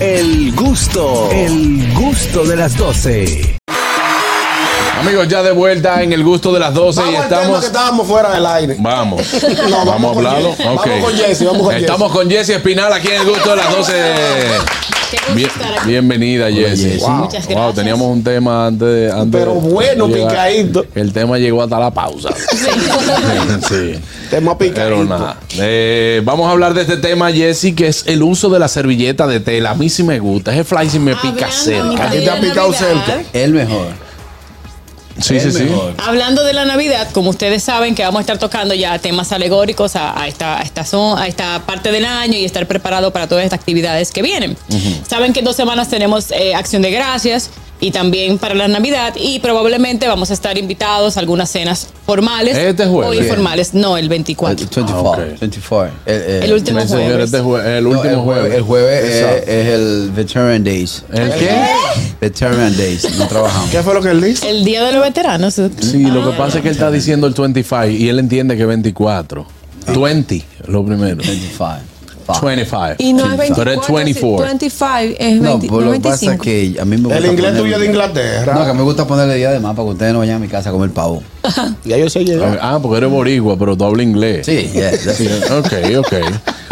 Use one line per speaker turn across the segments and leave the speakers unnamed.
El gusto, el gusto de las 12.
Amigos, ya de vuelta en el gusto de las 12
Vamos
y
al tema
estamos.
que estábamos fuera del aire.
Vamos.
No,
vamos, a
con
hablarlo.
Jesse. Vamos
Ok.
con Jesse, vamos con Jesse.
Estamos con Jesse Espinal aquí en el gusto de las 12.
Qué gusto
Bien-
estar aquí.
bienvenida, Jesse.
Jessy. Wow.
Muchas
Wow,
gracias.
teníamos un tema antes de. antes
Pero
de
bueno,
llegar.
picadito.
El tema llegó hasta la pausa. sí.
Tema picadito.
Pero nada. Eh, vamos a hablar de este tema, Jesse, que es el uso de la servilleta de tela. A mí sí me gusta. Ese fly sí
Ah,
me pica
Hablando
cerca.
A ti te ha
de
picado
Navidad,
cerca.
El mejor.
Sí, sí,
el
sí.
mejor.
Hablando de la Navidad, como ustedes saben que vamos a estar tocando ya temas alegóricos a, a esta, a, esta zon- a esta parte del año y estar preparado para todas estas actividades que vienen. Saben que en dos semanas tenemos eh, Acción de Gracias y también para la Navidad y probablemente vamos a estar invitados a algunas cenas formales
Este jueves.
o
Bien.
informales. No, el 24.
24.
Ah, ok.
24. El,
El último
Me dice que
jueves.
este jue- el
no,
último
el
jueves.
El jueves es,
Exacto. Eh.
es el Veteran Days.
¿El qué?
Veteran Days. No trabajamos.
¿Qué fue lo que él dice?
El Día de los Veteranos.
Sí, lo
Ah.
que pasa es que él está diciendo el 25 y él entiende que 24. 20, lo primero.
25. Fuck.
25.
Y no es
25. Pero es
24,
24.
25 es
No,
20,
por
no
lo que pasa es
25.
que a mí me gusta.
El inglés
ponerle-
tuyo es de Inglaterra.
No, que me gusta ponerle día de más para que ustedes no vayan a mi casa a comer pavo.
Ya yo sé llegar.
Ah, porque eres boricua, pero tú hablas inglés.
Sí, yeah, that's
Sí,
it.
Ok, ok.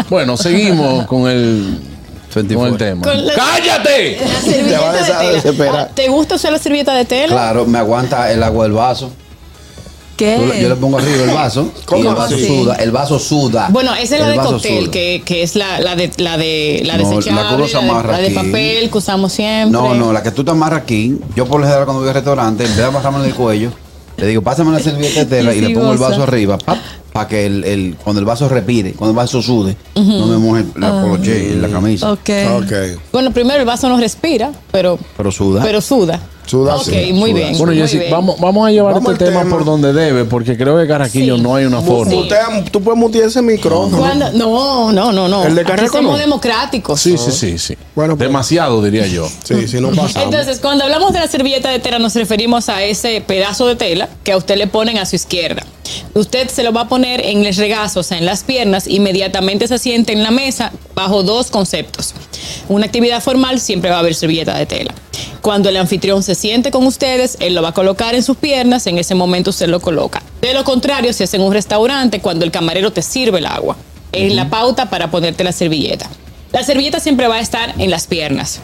Bueno, seguimos con el, con
24.
el tema.
Con la-
¡Cállate!
La
Te vas a
servilleta de
desesperar.
tela. Ah, ¿Te gusta usar la servilleta de tela?
Claro, me aguanta el agua del vaso.
¿Qué?
Yo, le- yo le pongo arriba el vaso. y
¿Cómo
el vaso
así?
suda. El vaso suda.
Bueno, esa es la
El
de
vaso
cóctel,
suda.
que, que es la, la de la de la
No, la que
desechable,
uno se
la, de-
amarra
la de,
aquí.
papel que usamos siempre.
No, no, la que tú te amarras aquí, yo por lo general cuando voy al restaurante, en vez de amarrarme en el cuello, le digo, pásame la servilleta de tela y,
Y
le
sí
pongo el
goza.
vaso arriba, para que el, el- cuando el vaso repire, cuando el vaso sude, no me moje la
Ah.
poloche y la camisa.
Ok.
Ok.
Bueno, primero el vaso no respira, pero
Pero suda.
pero suda.
Suda,
Ok,
sí,
muy
Ah. suda.
bien.
Bueno,
muy
Jessy,
bien.
vamos, vamos a llevar
Vamos
este
al
tema,
tema.
por donde debe, porque creo que Caraquillo
Sí.
no hay una
Mu-
forma.
mutea- tú puedes mutear ese micrófono.
¿Cuándo? No, no, no, no.
¿El de
Aquí
Carreco
somos
no?
democráticos.
Sí, sí, sí, sí.
Bueno, pues-
Demasiado, diría yo.
Sí, sí, no pasa.
Entonces, cuando hablamos de la servilleta de tela, nos referimos a ese pedazo de tela que a usted le ponen a su izquierda. Usted se lo va a poner en el regazo, o sea, en las piernas, inmediatamente se siente en la mesa bajo dos conceptos. Una actividad formal siempre va a haber servilleta de tela. Cuando el anfitrión se siente con ustedes, él lo va a colocar en sus piernas, en ese momento usted lo coloca. De lo contrario, si es en un restaurante, cuando el camarero te sirve el agua, es la pauta para ponerte la servilleta. La servilleta siempre va a estar en las piernas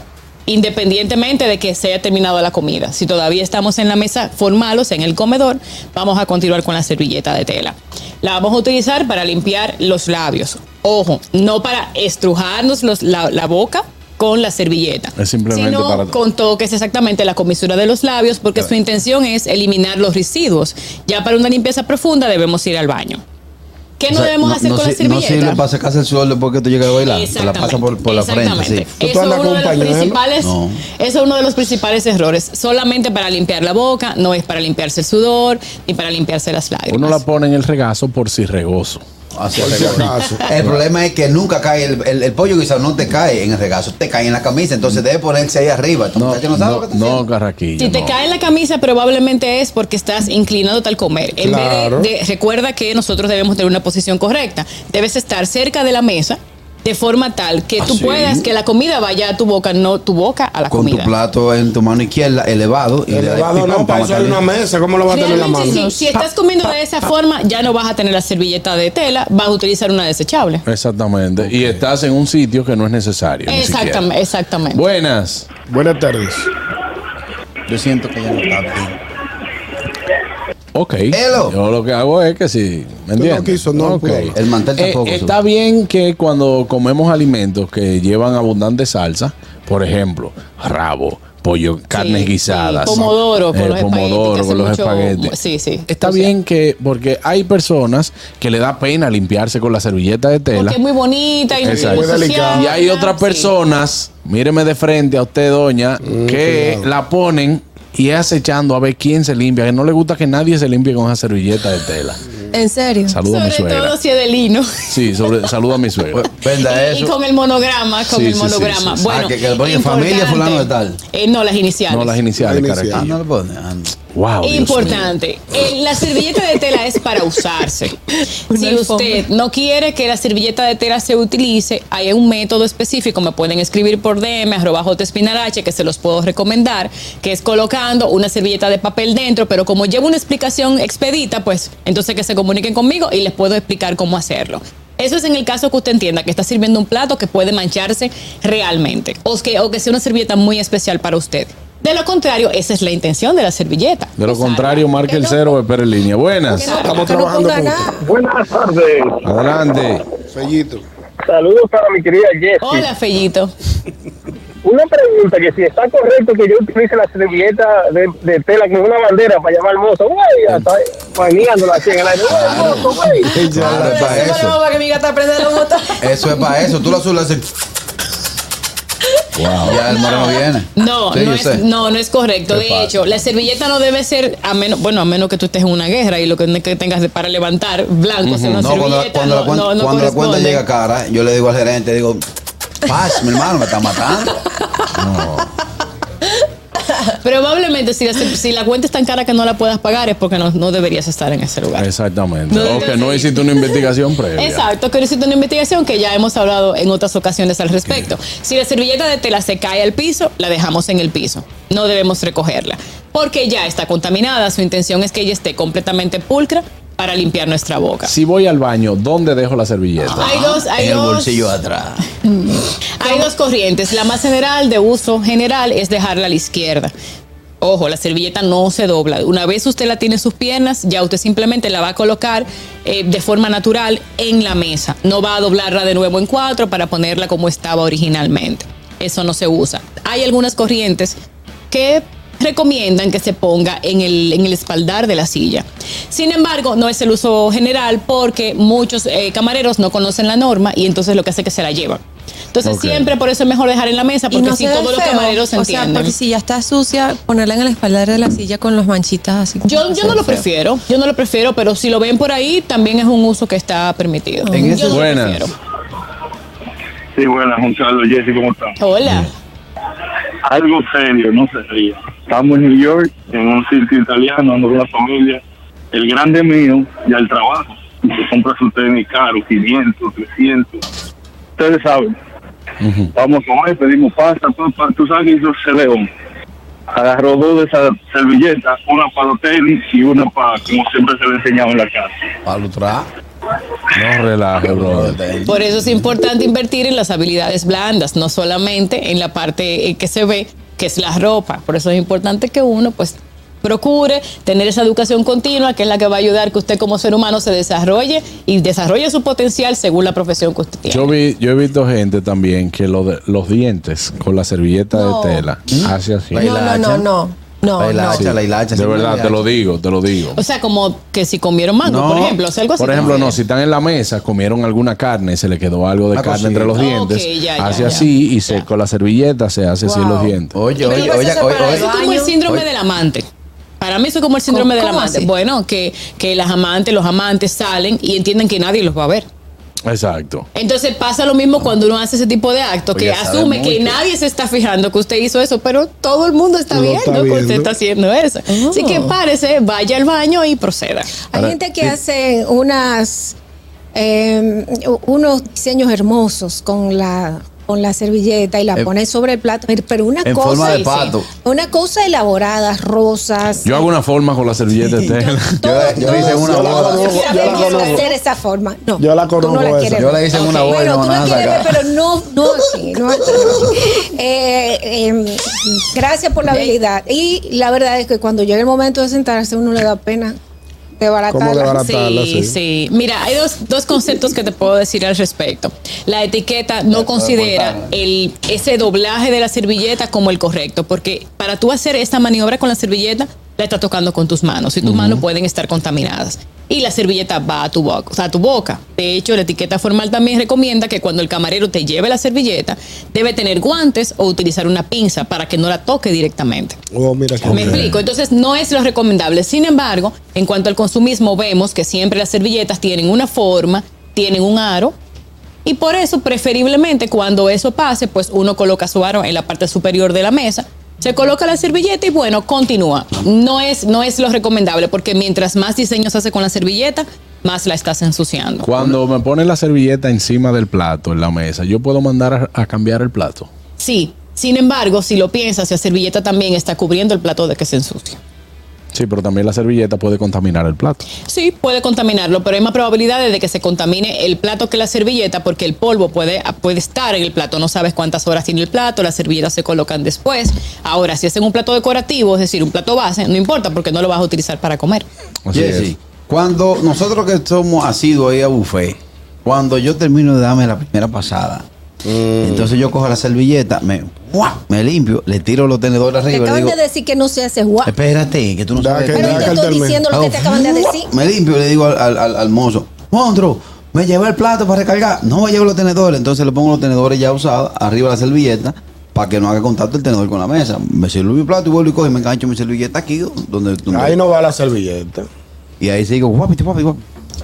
independientemente de que se haya terminado la comida. Si todavía estamos en la mesa formal, o sea, en el comedor, vamos a continuar con la servilleta de tela. La vamos a utilizar para limpiar los labios. Ojo, no para estrujarnos los- la, la boca con la servilleta.
Es simplemente
sino
para-
con toques exactamente la comisura de los labios, porque su intención es eliminar los residuos. Ya para una limpieza profunda debemos ir al baño. ¿Qué
O
no
sea,
debemos hacer con la
si- no
servilleta?
sirve para sacarse el sudor después que tú llegas a bailar. Te la
Exactamente,
pasa por, por la frente, sí.
exactamente.
Tú
Eso es
andas con
uno de
un
los
pañuelo.
principales,
No.
eso es uno de los principales errores. Solamente para limpiar la boca, no es para limpiarse el sudor ni para limpiarse las lágrimas.
Uno la pone en el regazo por si regoso.
Así
Por
es,
si
regazo.
acaso.
El problema es que nunca cae el, el, el pollo guisado, no te cae en el regazo, te cae en la camisa, entonces debe ponerse ahí arriba. Entonces,
No,
muchacho no, sabe lo
no,
que está
no,
haciendo.
Carraquillo.
Si te
no.
cae en la camisa, probablemente es porque estás inclinado al comer. En vez de-
Claro.
de- recuerda que nosotros debemos tener una posición correcta. Debes estar cerca de la mesa de forma tal que tú
Ah, sí?
puedas que la comida vaya a tu boca, no tu boca a la
Con
comida.
tu plato en tu mano izquierda, elevado. y le das
Elevado
pipán
no, para eso hay
matarle.
una mesa. ¿Cómo lo va a tener en la
Realmente,
mano?
sí, si estás comiendo de esa forma, ya no vas a tener la servilleta de tela, vas a utilizar una desechable.
Exactamente. Y estás en un sitio que no es necesario. ni siquiera.
Exactamente, exactamente.
Buenas.
Buenas tardes.
Yo siento que ya no está bien.
Ok.
Hello.
Yo lo que hago es que sí. ¿Me
no
entiendes?
quiso, no
Ok.
pudo hablar.
El mantel tampoco,
Eh,
sí.
está bien que cuando comemos alimentos que llevan abundante salsa, por ejemplo, rabo, pollo, carnes
sí,
guisadas.
pomodoro con los espaguetis,
Eh,
que
pomodoro
hace
con los
mucho-
espaguetis.
sí, sí,
Está
o sea.
bien que, porque hay personas que le da pena limpiarse con la servilleta de tela.
Porque es muy bonita y no
Exacto.
tiene
Muy delicada.
social,
Y hay otras
sí.
personas, míreme de frente a usted, doña,
Mm,
que la ponen y es acechando a ver quién se limpia, que no le gusta que nadie se limpie con esa servilleta de tela.
¿En serio?
Saluda a mi
Sobre todo
suegra.
si es de lino.
Sí, sobre, saluda a mi suegra.
Pues, Venda
Y
eso.
con el monograma, con
Sí,
el
sí, sí,
monograma.
sí, sí.
Bueno,
Ah, que- que le ponen familia
importante.
fulano de tal.
Eh, no, las iniciales.
No, las iniciales,
Las iniciales.
Ah,
Caraquillo.
no le pone. Ah, no.
Wow. Dios mío.
Importante, eh, la servilleta de tela es para usarse.
Una
si
alfombra.
usted no quiere que la servilleta de tela se utilice, hay un método específico, me pueden escribir por DM, arroba J Espinarache, que se los puedo recomendar, que es colocando una servilleta de papel dentro, pero como llevo una explicación expedita, pues entonces que se comuniquen conmigo y les puedo explicar cómo hacerlo. Eso es en el caso que usted entienda que está sirviendo un plato que puede mancharse realmente o que, o que sea una servilleta muy especial para usted. De lo contrario, esa es la intención de la servilleta.
De lo
Usarla.
contrario, marque el cero, espere en línea. Buenas.
Estamos
Que no
trabajando
ponga
juntos.
nada.
Buenas tardes.
Adelante.
Fellito.
Saludos para mi querida Jessy.
Hola, Fellito.
Una pregunta que si está correcto que yo utilice la servilleta de, de tela con una bandera para llamar al mozo. Güey, ya está maniándola así en el aire. Güey, mozo, güey.
Claro, es para
Súbalo,
eso.
para que mi gata prenda los botones.
Eso es para eso. Tú lo subes así. Wow. Ya el moreno viene.
No,
Sí,
no,
yo sé.
es, no, no es correcto.
Qué
De
fácil.
hecho, la servilleta no debe ser, a menos, bueno, a menos que tú estés en una guerra y lo que, que tengas de- para levantar blanco, sea una
No, cuando, la-
servilleta,
cuando la
no,
cuenta,
no, no
cuando la cuenta
corresponde.
llega cara, yo le digo al gerente, digo, paz, mi hermano, me está matando.
Probablemente si la, si la cuenta es tan cara que no la puedas pagar es porque no, no deberías estar en ese lugar.
Exactamente.
No,
ok,
no,
no
sí.
hiciste una investigación previa.
Exacto, que necesita una investigación que ya hemos hablado en otras ocasiones al respecto. Si la servilleta de tela se cae al piso, la dejamos en el piso. No debemos recogerla porque ya está contaminada. Su intención es que ella esté completamente pulcra para limpiar nuestra boca.
Si voy al baño, ¿dónde dejo la servilleta?
Hay dos, hay
en el
dos-
bolsillo de atrás.
Hay dos corrientes. La más general, de uso general, es dejarla a la izquierda. Ojo, la servilleta no se dobla. Una vez usted la tiene en sus piernas, ya usted simplemente la va a colocar eh, de forma natural en la mesa. No va a doblarla de nuevo en cuatro para ponerla como estaba originalmente. Eso no se usa. Hay algunas corrientes que recomiendan que se ponga en el, en el espaldar de la silla. Sin embargo, no es el uso general porque muchos eh, camareros no conocen la norma y entonces lo que hace es que se la llevan. Entonces
Ok.
siempre por eso es mejor dejar en la mesa
Y
porque
no
si
se ve
todos los
feo.
camareros
O sea,
entienden.
porque si ya está sucia, ponerla en el espaldar de la silla con las manchitas así.
Yo, yo no lo
Feo.
prefiero, yo no lo prefiero, pero si lo ven por ahí, también es un uso que está permitido.
En
Yo
ese-
no lo
Buenas.
prefiero.
Sí, buenas, Juan Carlos, Jessy, ¿cómo están?
Hola.
Algo serio, no se ría. Estamos en New York, en un sitio italiano, ando con la familia. El grande mío ya el trabajo. Se compra su tenis caro, 500, 300. Ustedes saben. Vamos a comer, pedimos pasta, papa. Tú sabes que hizo ese león. Agarró dos de esas servilletas, una para los tenis y una para, como siempre se le enseñaba en la casa.
Para atrás.
No relaje, bro.
Por eso es importante invertir en las habilidades blandas, no solamente en la parte eh, que se ve, que es la ropa. Por eso es importante que uno, pues, procure tener esa educación continua, que es la que va a ayudar que usted como ser humano se desarrolle y desarrolle su potencial según la profesión que usted tiene.
Yo, vi, yo he visto gente también que lo de- los dientes con la servilleta
No.
de tela hace así.
Ahí
No,
la
no, no,
hacha.
no. No,
Ahí la
no.
hacha. la hilacha,
de
sí, la
verdad,
hilacha.
te lo digo, te lo digo.
O sea, como que si comieron mango,
No,
por ejemplo, o sea, algo así.
Por ejemplo, no, si están en la mesa, comieron alguna carne, se le quedó algo de
Una
carne
cosita.
entre los
Ok,
dientes,
ya, ya,
hace
ya.
así y se, con la servilleta se hace así
Wow.
los dientes.
Oye,
Pero
oye,
eso
oye,
se parece
oye, oye.
Pues Eso es como el
Baño.
síndrome
Oye.
del amante. Para mí eso es como el síndrome
¿Cómo-
del
cómo
amante.
así?
Bueno, que, que las amantes, los amantes salen y entienden que nadie los va a ver.
Exacto.
Entonces pasa lo mismo cuando uno hace ese tipo de actos,
Pues
que
Oye, sabe
asume que
mucho.
nadie se está fijando que usted hizo eso, pero todo el mundo está
Lo
viendo
está
que usted
viendo.
está haciendo eso.
Oh.
Así que párese, vaya al baño y proceda.
Hay
Ahora,
gente que
di-
hace unas
em,
eh, unos diseños hermosos con la con la servilleta y la
En-
pone sobre el plato, pero una
Em. en
cosa
forma de
sí,
pato.
una cosa elaborada, rosas.
Yo hago una forma con la servilleta de tela.
todo-
Yo- yo hice
todo-
una
todo
boda.
se
Yo la
quiere
conozco.
hacer esa forma. No,
Yo la
tú no
conozco esa.
quieres
Yo la
ver.
hice en una
Ok,
boda y
bueno,
no
tú
me
la
van a
quieres ver,
sacar.
pero no, no así, no así. Eh, eh, gracias por la habilidad. Y la verdad es que cuando llega el momento de sentarse, uno le da pena de
¿Cómo de
baratar.
baratarla? Sí,
Sí, sí. Mira, hay dos, dos conceptos que te puedo decir al respecto. La etiqueta no considera
cortarla.
el, ese doblaje de la servilleta como el correcto, porque para tú hacer esta maniobra con la servilleta, la estás tocando con tus manos y tus manos pueden estar contaminadas. y la servilleta va a tu boca, o sea, a tu boca. De hecho, la etiqueta formal también recomienda que cuando el camarero te lleve la servilleta, debe tener guantes o utilizar una pinza para que no la toque directamente.
Oh, mira qué
Me explico, entonces no es lo recomendable. Sin embargo, en cuanto al consumismo, vemos que siempre las servilletas tienen una forma, tienen un aro. Y por eso, preferiblemente, cuando eso pase, pues uno coloca su aro en la parte superior de la mesa, se coloca la servilleta y bueno, continúa. No es, no es lo recomendable, porque mientras más diseños hace con la servilleta, más la estás ensuciando.
Cuando me ponen la servilleta encima del plato en la mesa, yo puedo mandar a, a cambiar el plato.
Sí, sin embargo, si lo piensas, la servilleta también está cubriendo el plato de que se ensucia.
Sí, pero también la servilleta puede contaminar el plato.
Sí, puede contaminarlo, pero hay más probabilidades de que se contamine el plato que la servilleta porque el polvo puede, puede estar en el plato. No sabes cuántas horas tiene el plato, las servilletas se colocan después. Ahora, si es en un plato decorativo, es decir, un plato base, no importa porque no lo vas a utilizar para comer.
Así es.
Jesse, cuando nosotros que somos asiduos ahí a buffet, cuando yo termino de darme la primera pasada,
Mm.
entonces yo cojo la servilleta, me, ¡guau! me limpio, le tiro los tenedores
Te
arriba. le
acaban
digo,
de decir que no se hace guap.
espérate, que tú no
Da
sabes.
que-
qué
Pero yo
tal".
te
Cartel
estoy
men.
diciendo lo que te acaban de decir.
Me limpio, le digo al, al- al- al mozo, monstruo, me llevé el plato para recargar, no me llevo los tenedores. Entonces le pongo los tenedores ya usados, arriba la servilleta, para que no haga contacto el tenedor con la mesa. Me sirvo mi plato y vuelvo y cojo y me engancho mi servilleta aquí, donde, donde-
Mm. Ahí no va la servilleta.
Y ahí sigo, guapito, papi, guapi.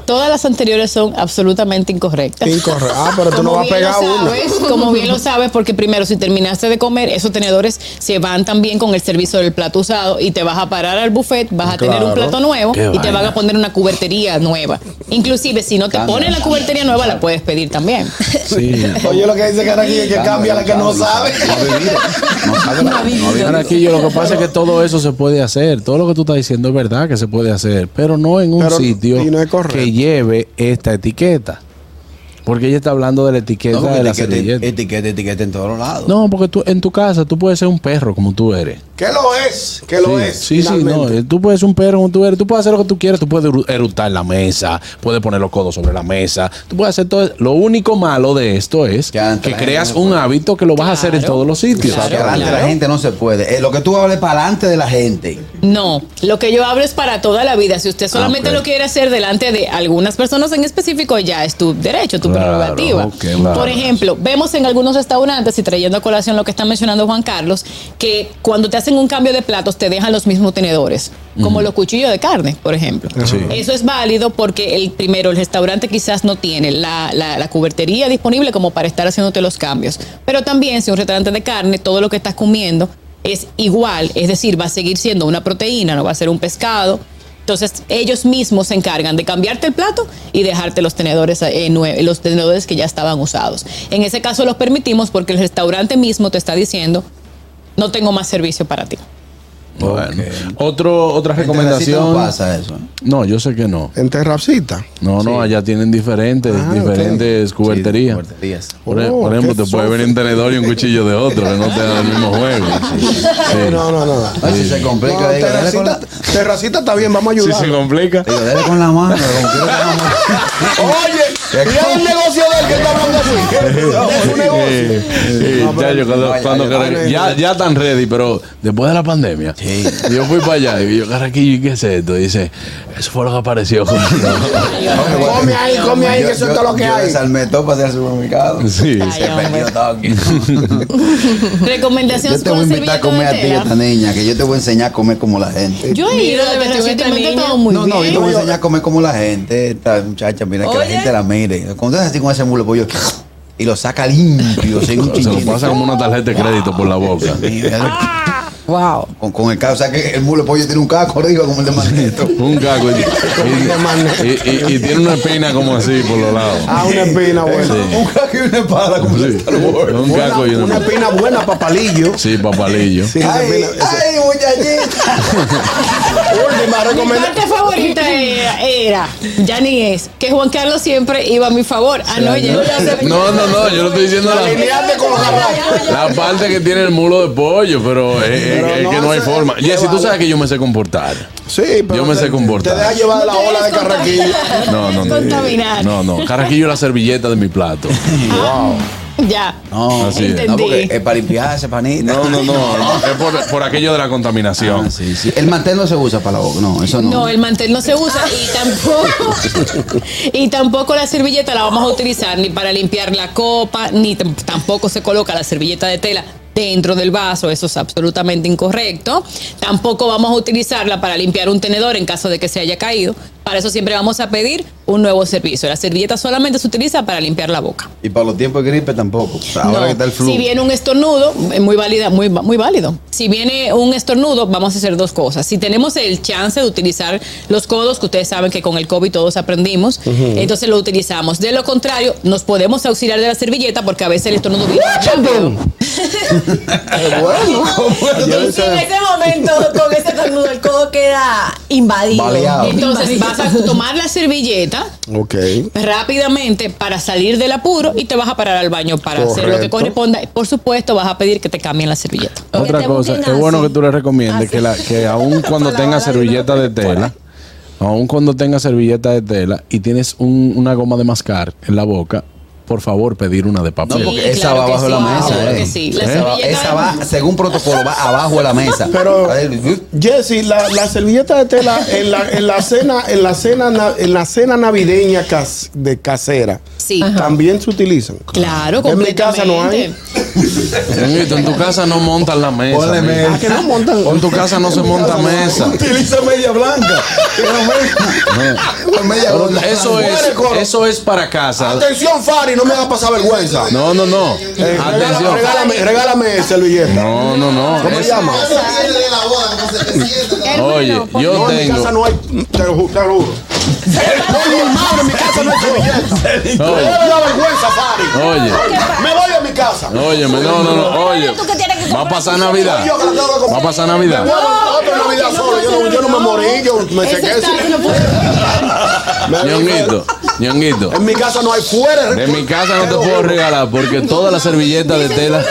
Todas las anteriores son absolutamente incorrectas.
Incorrecto. Ah, pero tú
Como
no vas a
bien lo
pegar una.
sabes, Como bien lo sabes, porque primero, si terminaste de comer, esos tenedores se van también con el servicio del plato usado y te vas a parar al buffet, vas a tener un
Claro.
plato nuevo
Qué
y te
vaina.
van a poner una cubertería nueva. Inclusive, si no te
Cambia,
ponen la
cambia,
cubertería nueva, la puedes pedir también.
Sí.
Oye, lo que dice Caraqui es que cambia la que no sabe.
No ha vivido. No sabe la- no ha vivido.
Ahora aquí, yo lo que pasa es que todo eso se puede hacer. Todo lo que tú estás diciendo es verdad que se puede hacer, pero no en un
Pero-
sitio
y no es correcto.
que lleve esta etiqueta. Porque ella está hablando de la etiqueta
No, porque
de la
etiqueta,
servilleta.
etiqueta, etiqueta en todos lados.
No, porque tú en tu casa tú puedes ser un perro como tú eres.
¿Qué lo es? ¿Qué lo
sí,
es?
Sí, sí, no.
finalmente?
eh, Tú puedes ser un perro como tú eres. Tú puedes hacer lo que tú quieras. Tú puedes eru- eructar en la mesa. Puedes poner los codos sobre la mesa. Tú puedes hacer todo. Lo único malo de esto es
Que antes
que
la gente
creas
no
un
puede.
hábito que lo vas a hacer en
Claro.
todos los sitios.
O sea, que
Claro,
delante de
claro.
la gente no se puede. Eh, lo que tú hables para delante de la gente.
No, lo que yo hablo es para toda la vida. Si usted solamente
Ah,
ok.
lo quiere hacer delante de algunas personas en específico, ya es tu derecho, tu
Claro,
prerrogativa.
ok, claro.
Por ejemplo, vemos en algunos restaurantes, y trayendo a colación lo que está mencionando Juan Carlos, que cuando te hacen un cambio de platos te dejan los mismos tenedores, como los cuchillos de carne, por ejemplo.
Ah, Sí.
Eso es válido porque el primero, el restaurante quizás no tiene la, la- la cubertería disponible como para estar haciéndote los cambios. Pero también si un restaurante de carne, todo lo que estás comiendo es igual, es decir, va a seguir siendo una proteína, no va a ser un pescado. Entonces ellos mismos se encargan de cambiarte el plato y dejarte los tenedores, eh, nue- los tenedores que ya estaban usados. En ese caso los permitimos porque el restaurante mismo te está diciendo, no tengo más servicio para ti.
Bueno. Otro, otra
Entre la cita
recomendación.
No pasa eso.
No, yo sé que no.
Entre rapcita.
No, no, allá tienen diferentes,
Ah, ok.
diferentes cuberterías.
Sí, cuberterías.
Por, e-
Oh,
por
qué
ejemplo, te puede
sofi-
venir un tenedor y un cuchillo de otro, que no te dan el mismo juego. Sí.
No, no, no. no.
Ay, si se complica,
No,
digo, dale, con la,
terracita, terracita está bien, vamos a
Si
ayudar.
se complica.
digo, dale con la mano. como quiera que la mano.
Oye, mira el negocio de él que está hablando así. Es un negocio.
Eh, eh,
No, pero
chacho, cuando-
vaya,
cuando
vaya,
Carra-
vaya.
ya, ya están ready, pero después de la pandemia, yo fui para allá y yo, Carraquillo, ¿y qué es esto? Dice, eso fue lo que apareció.
Oye, bueno,
Come ahí, come ahí,
yo-
que eso es
yo-
todo lo que
yo
hay.
desarmé todo para hacer el supermercado.
Sí.
Se
Ay, hombre.
perdió todo aquí.
Recomendaciones
Yo te voy a
con servilleta
invitar a comer a
de
ti,
tela.
esta niña, que yo te voy a enseñar a comer como la gente.
Yo he ido de verdad, recientemente todo muy
No, no, yo
bien.
te voy a enseñar a comer como la gente, esta muchacha, mira, que la
Oye.
gente la mire. Cuando estás así con ese mulo pollo y lo saca limpio, sin un
Se lo
chinchín.
pasa como una tarjeta de crédito por la boca.
Wow.
Con, con el caco, o sea que el mulo pollo tiene un caco arriba como el de Magneto.
Un caco. Y, y- y- y- y tiene una espina como así por los lados.
Ah, una espina buena.
Un caco y una espada como el
Sí.
Star Wars.
Un caco y
Una, una
una.
espina buena, papalillo.
Sí, papalillo.
Sí, esa
Ay,
espina. esa-
ay, muchachita.
Última
Mi
recomendación.
parte favorita era, era, ya ni es, que Juan Carlos siempre iba a mi favor. Ah, no, ya ya se-
No, no, no, yo no estoy diciendo la,
Alineate con los garrafos.
la parte que tiene el mulo de pollo, pero es, es-
Pero
es
no,
que no hay
eso-
forma.
eso
Jessy, tú
vale.
sabes que yo me sé comportar.
Sí, pero
Yo me
te-
sé comportar.
Te deja llevar la ola de
Ustedes
carraquillo.
contagian.
No, no, no.
Contaminar.
No, no. Carraquillo es la servilleta de mi plato.
Ya.
No,
Así es.
Entendí.
no, porque es para limpiarse, panita.
No, no, no. es por, por aquello de la contaminación.
Ah, sí, sí. El mantel no se usa para la boca. No, eso no.
No, el mantel no se usa y tampoco y tampoco la servilleta la vamos a utilizar ni para limpiar la copa, ni tam- tampoco se coloca la servilleta de tela dentro del vaso, eso es absolutamente incorrecto. Tampoco vamos a utilizarla para limpiar un tenedor en caso de que se haya caído. Para eso siempre vamos a pedir un nuevo servicio. La servilleta solamente se utiliza para limpiar la boca.
Y para los tiempos de gripe tampoco. O sea, ahora
No,
que está el flu.
Si viene un estornudo, es muy válida, muy, va- muy válido. Si viene un estornudo, vamos a hacer dos cosas. Si tenemos el chance de utilizar los codos, que ustedes saben que con el COVID todos aprendimos, entonces lo utilizamos. De lo contrario, nos podemos auxiliar de la servilleta porque a veces el estornudo viene. rápido.
bueno. Yo
Y
no
si en
sé.
ese momento con ese tornudo el codo queda invadido.
Baleado.
Invadido.
Entonces vas a tomar la servilleta
Ok.
rápidamente para salir del apuro y te vas a parar al baño para hacer lo que
Correcto.
corresponda. Por supuesto, vas a pedir que te cambien la servilleta.
Otra
te
cosa,
busquen
es bueno
así.
que tú le recomiendes
Así.
que, la, que aun cuando
Para
tenga
lavar algo,
servilleta de
por ahí.
tela, aun cuando tenga servilleta de tela y tienes un- una goma de mascar en la boca, por favor pedir una de
No,
papel.
porque
Ah, Sí,
esa
claro
va
que
abajo de la
sí,
mesa.
claro
eh.
que sí. La
Esa, va,
servilleta-
esa va, según protocolo, va abajo de la mesa. ¿eh?
Pero,
Ay,
Jessy, la, la servilleta de tela en la, en la cena, en la cena, na- en la cena navideña cas- de casera,
Sí.
también se utilizan.
Claro,
En mi casa no hay.
completamente.
Ñonguito, en tu casa no montan la mesa.
Ponle
amigo.
mesa.
Ah, que no montan.
En tu casa no se monta mesa.
Utiliza media blanca. Que no me- Con media blanca.
Eso es, eso es para casa.
Atención, Fari, no me hagas pasar vergüenza.
No, no, no.
Ah, Eh, regala-
Atención.
regálame, regálame servilleta.
No, no, no.
¿Cómo se
Es-
llama?
Oye, yo
No, en mi casa
tengo.
no hay. Te lo ju- te lo juro. Por mi madre, en mi casa no hay servilleta. Me
Oye,
da vergüenza, Fari.
oye,
Me voy a mi casa.
óyeme, no, no, no. Oye,
tú que tienes que
va a
comprar
pasar
un
Navidad.
Yo que la tengo que
Va a
comprar.
pasar
Me voy
Navidad.
a otra Navidad solo. Yo no- Yo no me morí, yo me
Eso
chequé.
está que no puede-
Me-
Ñonguito, Ñonguito.
En mi casa no hay fuera.
De mi casa no te puedo regalar porque todas las servilletas de tela,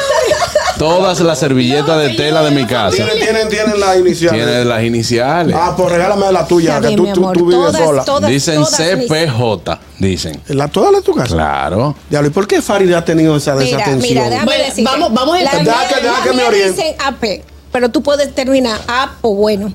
todas las servilletas de tela de mi casa
Tienen, tienen, tienen las
tienen
iniciales.
las iniciales.
Ah, pues regálame la tuya,
Está
que
bien,
tú,
mi
tú,
amor.
tú vives
Todas,
sola.
todas,
Dicen
todas mis-
CPJ, dicen.
¿La toda la de tu casa?
Claro.
Diablo, ¿y por qué Farid ha tenido esa
Mira, mira,
desatención?
déjame
Bueno,
decirte.
vamos- vamos a
La
entender.
mía-
Deja que- deja que
la
me
mía
oriente.
dicen AP, pero tú puedes terminar AP o bueno.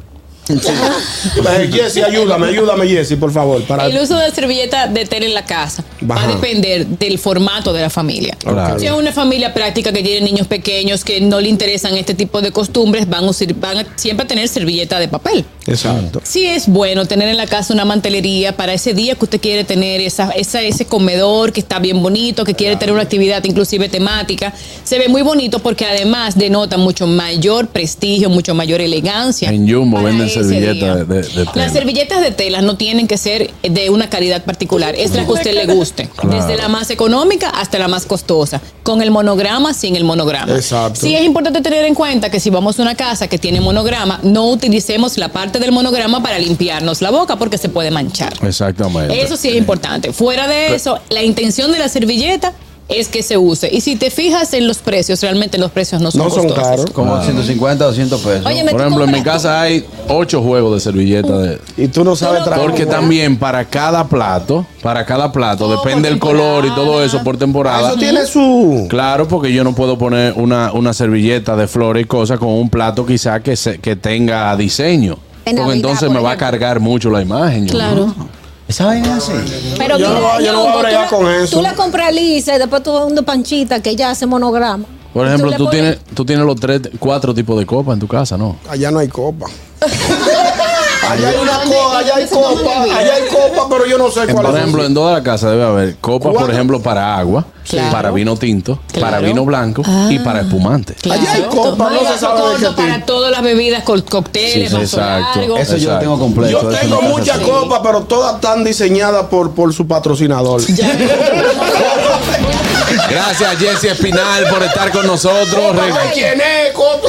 Eh, Jessy, ayúdame, ayúdame, Jessy, por favor. Para...
El uso de servilleta de tela en la casa va a
Ajá.
depender del formato de la familia.
Claro.
Si es una familia práctica que tiene niños pequeños que no le interesan este tipo de costumbres, van a, usir- van a siempre tener servilleta de papel.
Exacto.
Sí es bueno tener en la casa una mantelería para ese día que usted quiere tener, esa, esa- ese comedor que está bien bonito, que quiere tener una actividad inclusive temática. Se ve muy bonito porque además denota mucho mayor prestigio, mucho mayor elegancia.
En Jumbo
para
venden
ese
servilletas
día.
de- de- de tela.
Las servilletas de telas no tienen que ser de una calidad particular, es la que a usted le guste,
Claro.
desde la más económica hasta la más costosa, con el monograma, sin el monograma.
Exacto.
Sí es importante tener en cuenta que si vamos a una casa que tiene monograma, no utilicemos la parte del monograma para limpiarnos la boca porque se puede manchar.
Exactamente.
Eso sí es importante. Fuera de eso, la intención de la servilleta es que se use. Y si te fijas en los precios, realmente los precios no son,
No son
costosos.
caros.
Como 150, 200 pesos.
Ah. Oye, me
Por
tú
ejemplo, en mi
compras-
casa hay ocho juegos de servilletas de
Y tú no sabes trabajar.
porque también para cada plato, para cada plato,
Todo
depende
por
el color y todo
temporada.
eso por temporada.
Eso tiene su.
Claro, porque yo no puedo poner una, una servilleta de flores y cosas con un plato quizá que, se- que tenga diseño.
En
porque
Navidad,
entonces
por
me va a
ejemplo.
cargar mucho la imagen. yo
Claro.
Esa vaina es así.
Pero
Yo
mira,
no- yo no voy a
Ñongo, tú
bregar
la-
con eso.
Tú la compras lisa y después tú vas a una panchita que ya hace monograma.
Por
Y
ejemplo,
le
tú,
pones-
tienes, tú tienes los tres, cuatro tipos de copas en tu casa, ¿no?
Allá no hay copa. Allá hay una copa, allá hay
Eso no me
copa,
olvida.
allá hay copa, pero yo no sé cuál
Por
es.
ejemplo, en toda la casa debe haber copas, por
Cuatro.
ejemplo, para agua,
Claro.
para vino tinto, para
Claro.
vino blanco y para espumante.
Allá hay
Claro.
copa, no se sabe
Vaso
de qué
corto para
tipo.
todas las bebidas, col-
Sí,
cócteles,
sí,
vaso largo.
Eso yo lo
exacto.
tengo completo.
Yo
eso
tengo
no pasa
muchas
así.
copas, pero todas están diseñadas por, por su patrocinador.
Ah.
Gracias, Jesse Espinal, por estar con nosotros. Re-
Ay, ¿Quién es, copa?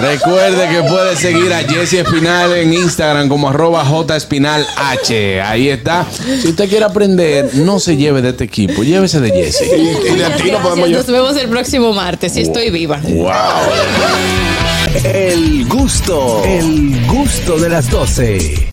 Recuerde que puede seguir a Jesse Espinal en Instagram como arroba jespinalh. Ahí está. Si usted quiere aprender, no se lleve de este equipo, llévese de Jesse.
Y de ti no
Gracias,
podemos llevar.
Nos vemos el próximo martes, si estoy viva.
El gusto, el gusto de las 12.